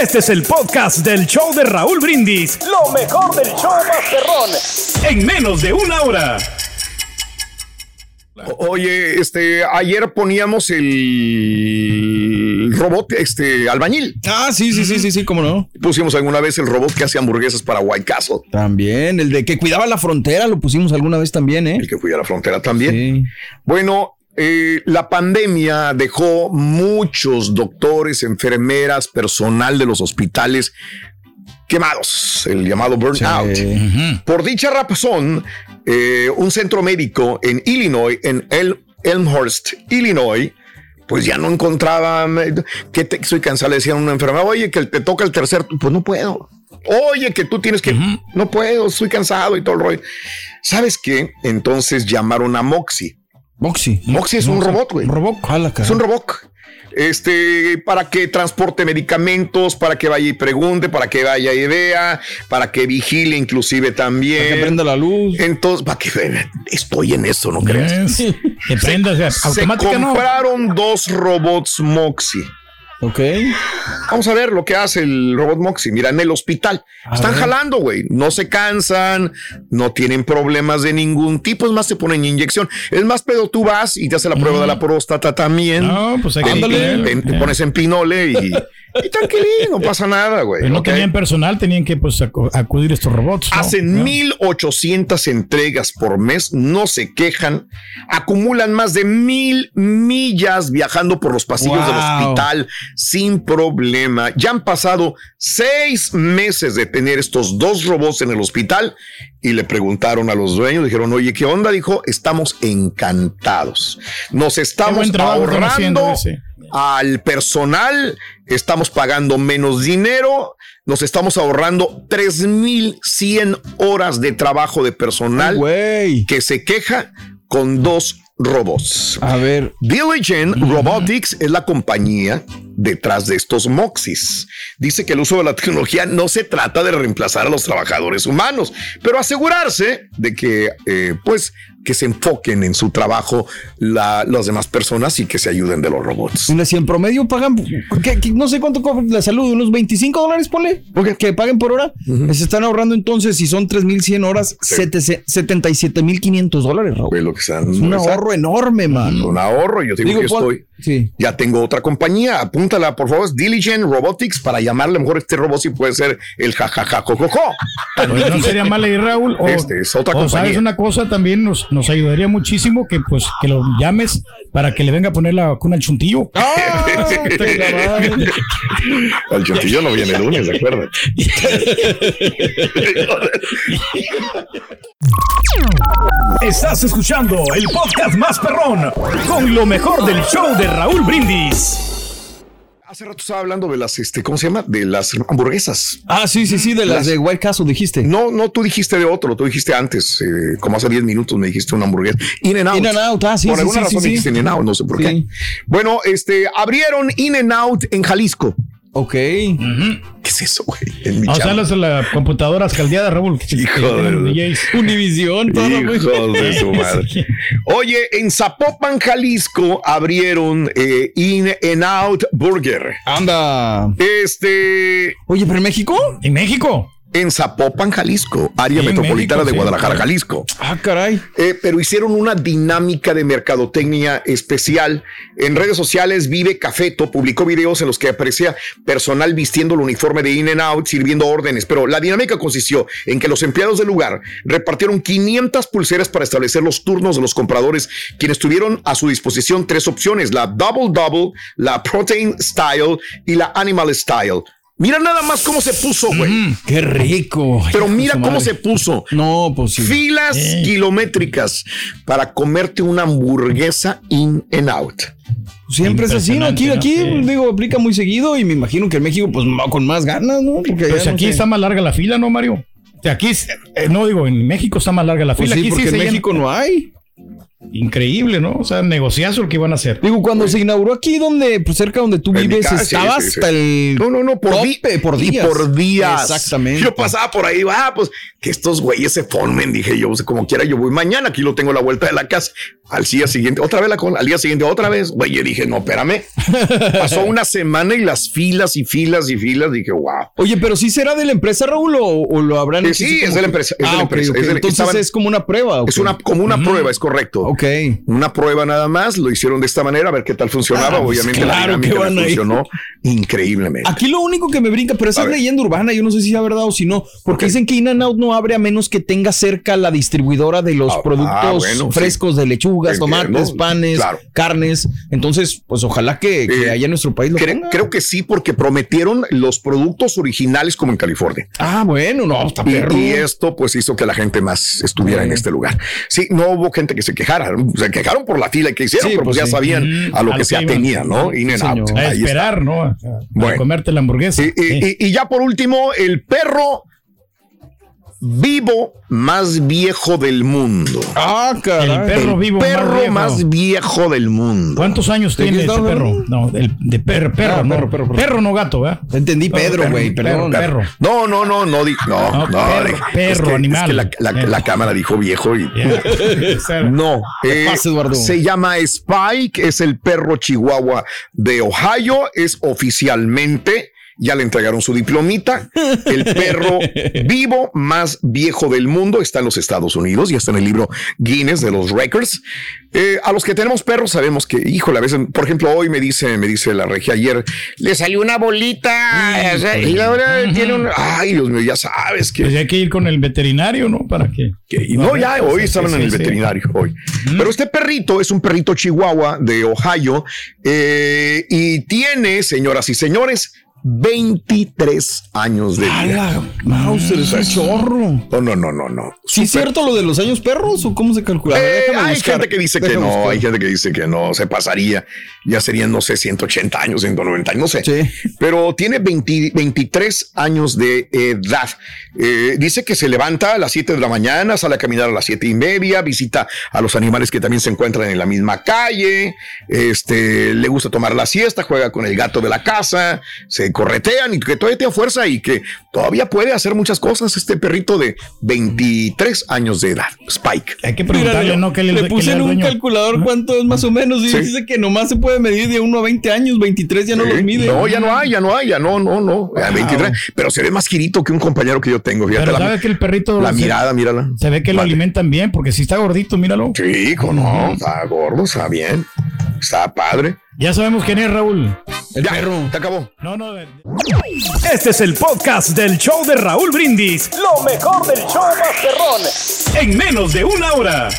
Este es el podcast del show de Raúl Brindis. Lo mejor del show Masterrón. En menos de una hora. Oye, este, ayer poníamos el robot, este, albañil. Ah, sí, sí, sí, sí, sí, cómo no. Pusimos alguna vez el robot que hace hamburguesas para White Castle. También, el de que cuidaba la frontera, lo pusimos alguna vez también, ¿eh? El que cuida la frontera también. Sí. Bueno, eh, la pandemia dejó muchos doctores, enfermeras, personal de los hospitales quemados, el llamado burnout. Ujú. Por dicha razón, eh, un centro médico en Illinois, en El- Elmhurst, Illinois, pues ya no encontraba med- que te, soy cansado, le decían a una enfermera, oye, que te toca el tercer, tu-". pues no puedo. Oye, que tú tienes que, no puedo, estoy cansado y todo el rollo. ¿Sabes qué? Entonces llamaron a Moxie. Moxie. Moxie es un robot, güey. Un robot. Ah, la Es cara. un robot. Este, para que transporte medicamentos, para que vaya y pregunte, para que vaya y vea, para que vigile inclusive también. Que prenda la luz. Entonces, para que eh, estoy en eso, no creas. Yes. Te prendas, o sea, Eh, Se automática no. compraron dos robots Moxie. Ok. Vamos a ver lo que hace el robot Moxie. Mira, en el hospital. Están jalando, güey. No se cansan, no tienen problemas de ningún tipo. Es más, se ponen inyección. Es más, pero tú vas y te hace la prueba de la próstata también. Mm. No, pues hay que Te, tener- te- te Eh, pones en pinole y, y tranquilín, no pasa nada, güey. pues no ¿ok? tenían personal, tenían que pues acu- acudir estos robots. ¿no? Hacen Claro. 1800 entregas por mes, no se quejan, acumulan más de mil millas viajando por los pasillos del Wow. hospital sin problema. Ya han pasado seis meses de tener estos dos robots en el hospital y le preguntaron a los dueños, dijeron, oye, ¿qué onda? Dijo, estamos encantados. Nos estamos buen trabajo están ahorrando haciendo ese. al personal, estamos pagando menos dinero, nos estamos ahorrando 3.100 horas de trabajo de Ay, personal Güey. que se queja con dos robots. A ver. Diligent Robotics es la compañía detrás de estos Moxis. Dice que el uso de la tecnología no se trata de reemplazar a los trabajadores humanos, pero asegurarse de que, eh, pues, que se enfoquen en su trabajo la- las demás personas y que se ayuden de los robots. Mira, Si en promedio pagan, que- que no sé cuánto cobra la salud, unos 25 dólares, ponle, porque que paguen por hora. Se están ahorrando entonces, si son 3.100 horas, Sí. 77 77.500 dólares, Raúl. Fue lo que se han- Es un ahorro enorme, Exacto, mano. Un ahorro. Yo te digo, que yo pon- estoy. Sí. Ya tengo otra compañía. Apúntala, por favor. Es Diligent Robotics para llamarle. A lo mejor este robot si puede ser el jajaja cococo. Pues, no sería mala y Raúl. O, Este es otra o compañía. sabes una cosa también nos, nos ayudaría muchísimo que pues que lo llames para que le venga a poner la vacuna al chuntillo. Ah, te la madre. El chuntillo no viene el lunes, ¿de acuerdo? Estás escuchando el podcast más perrón. Con lo mejor del show de Raúl Brindis. Hace rato estaba hablando de las, este, ¿cómo se llama? De las hamburguesas. Ah, sí, sí, sí, de las de White Castle dijiste. No, no, tú dijiste de otro, tú dijiste antes, eh, como hace 10 minutos me dijiste una hamburguesa. In and out. In and Out, ah, sí, Por sí, alguna sí, razón sí, dijiste sí. In and out, no sé por qué. Sí. Bueno, este, abrieron In and out en Jalisco. Ok. ¿Qué es eso, güey? En mi O sea, chamba. las la computadoras caldeadas, Raúl. que- Hijo que de- tienen DJs. Univisión, todo, güey. Hijos de su madre. Oye, en Zapopan, Jalisco, abrieron eh, In and Out Burger. Anda. Este, Oye, pero en México? En México. en Zapopan, Jalisco, área Sí, metropolitana México, de sí. Guadalajara, Jalisco. Ah, caray. Eh, pero hicieron una dinámica de mercadotecnia especial. En redes sociales, Vive Cafeto publicó videos en los que aparecía personal vistiendo el uniforme de In and Out, sirviendo órdenes. Pero la dinámica consistió en que los empleados del lugar repartieron 500 pulseras para establecer los turnos de los compradores, quienes tuvieron a su disposición tres opciones: la Double Double, la Protein Style y la Animal Style. Mira nada más cómo se puso, güey. Qué rico. Pero Hijo de mira Mm, su cómo madre. se puso No, pues sí. filas kilométricas para comerte una hamburguesa in and out. Siempre es así, ¿no? Aquí, aquí, Impresionante, ¿no? Sí. digo, aplica muy seguido y me imagino que en México, pues ma- con más ganas, ¿no? Porque allá Pues no aquí sé. está más larga la fila, ¿no, Mario? O sea, aquí, es- eh, no digo, en México está más larga la Pues fila. sí, aquí sí porque en se llena- México no hay. Increíble, ¿no? O sea, negociazo el que iban a hacer. Digo, cuando se inauguró aquí, donde, pues cerca donde tú En mi vives, casa, sí, estaba sí, sí. hasta el. No, no, no, por, di- tope, por y días. por días. Exactamente. Yo pasaba por ahí, ah, pues que estos güeyes se formen, dije yo, pues, como quiera, yo voy mañana, aquí lo tengo a la vuelta de la casa. Al día siguiente, otra vez la cola, al día siguiente, otra vez. Güey, yo dije, no, espérame. Pasó una semana y las filas y filas y filas. Dije, wow. Oye, pero sí será de la empresa, Raúl, o, o lo habrán Eh, hecho sí, así Ah, es de la empresa, es de la ok, empresa, ok. es de la- Entonces estaban- es como una prueba. ok. Es una, como una prueba, es correcto. Ok. Una prueba nada más, lo hicieron de esta manera, a ver qué tal funcionaba. Ah, pues Obviamente la claro que dinámica van no ahí. Ah, funcionó increíblemente. Aquí lo único que me brinca, pero esa A es ver. leyenda urbana, yo no sé si sea verdad o si no, porque Ok. dicen que In and Out no abre a menos que tenga cerca la distribuidora de los Ah, productos ah, bueno, frescos de lechugas, Entiendo, tomates, panes, claro. carnes. Entonces, pues ojalá que, que Eh, allá en nuestro país lo Cre- tenga. creo que sí, porque prometieron los productos originales como en California. Ah, bueno, no, está Y- perro. Y, esto pues hizo que la gente más estuviera en este lugar. Sí, no hubo gente que se quejara, se quejaron por la fila que hicieron, Sí, pero pues pues ya sí. sabían a lo que se iban. atenían, ¿no? In and Sí, out. Ah, señor. A Ahí está. esperar, ¿no? A, a- a Bueno. comerte la hamburguesa. Eh, Y, y- Sí. y- y ya por último, el perro vivo más viejo del mundo. Ah, caray. El perro El vivo. perro viejo. más viejo. del mundo. ¿Cuántos años ¿De qué tiene ese estamos perro? No, el, de per- perro, Ah, no. perro, Perro, perro, perro. no gato, ¿verdad? Entendí Pedro, perro, güey, perro, perdón. perro. No, no, no, no, di- no, No, no, perro, di- perro, que- animal. que la, la- la Eh. cámara dijo viejo y Yeah. No, eh, pasa, Eduardo? se llama Spike, es el perro chihuahua de Ohio, es oficialmente, ya le entregaron su diplomita, el perro vivo más viejo del mundo, está en los Estados Unidos y está en el libro Guinness de los Records. Eh, a los que tenemos perros sabemos que, híjole, a veces, por ejemplo, hoy me dice, me dice la regia ayer, le salió una bolita, o sea, y ahora tiene un, ay Dios mío, ya sabes que Pues hay que ir con el veterinario, ¿no? Para que. que- y no, ya hoy estaban en el veterinario hoy. Pero este perrito es un perrito chihuahua de Ohio eh, y tiene, señoras y señores, 23 años de vida. Ala, Mauser, es un chorro. No, no, no, no, no. ¿Sí es cierto lo de los años perros o cómo se calcula? A ver, Eh, déjame hay buscar, gente que dice que déjame no, buscar. hay gente que dice que no, se pasaría, ya serían, no sé, 180 años, 190, no sé. Sí. Pero tiene 20 23 años de edad. Eh, dice que se levanta a las 7 de la mañana, sale a caminar a las 7 y media, visita a los animales que también se encuentran en la misma calle, este, le gusta tomar la siesta, juega con el gato de la casa, se corretean y que todavía tiene fuerza y que todavía puede hacer muchas cosas este perrito de 23 años de edad, Spike. Hay que Mira, preguntarle, yo ¿no? Que le, le que puse le en da un dueño. calculador cuánto es más o menos y Sí. dice que nomás se puede medir de 1 a 20 años, 23 ya no Sí. los mide. Ah, No, ya no hay, ya no hay, ya no, no, no. Ya 23, pero se ve más girito que un compañero que yo tengo. Fíjate Pero la, sabes que el perrito. la se- mirada, mírala. Se ve que lo Vale. alimentan bien, porque si está gordito, míralo. Sí, cómo no, está gordo, está bien, está padre. Ya sabemos quién es Raúl. El ya, perro. se acabó. No, no. de- Este es el podcast del show de Raúl Brindis Lo mejor del show Masterrón. en menos de una hora.